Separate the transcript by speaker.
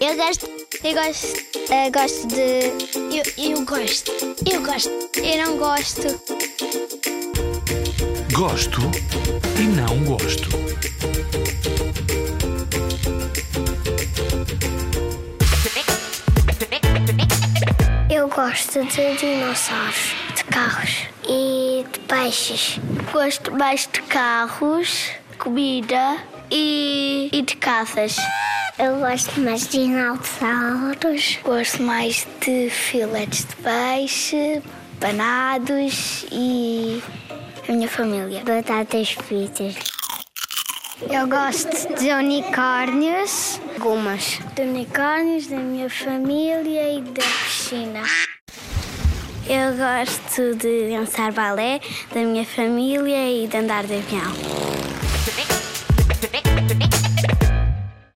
Speaker 1: Eu gosto. Eu gosto. eh, gosto de. Eu, eu gosto. Eu gosto. Eu não gosto.
Speaker 2: Gosto e não gosto.
Speaker 1: Eu gosto de dinossauros, de carros e de peixes. Gosto mais de carros, comida e, e de casas. Eu gosto mais de dinossauros. Gosto mais de filetes de peixe, panados e a minha família. Batatas fritas. Eu gosto de unicórnios. Algumas. De unicórnios, da minha família e da piscina. Eu gosto de dançar balé, da minha família e de andar de avião.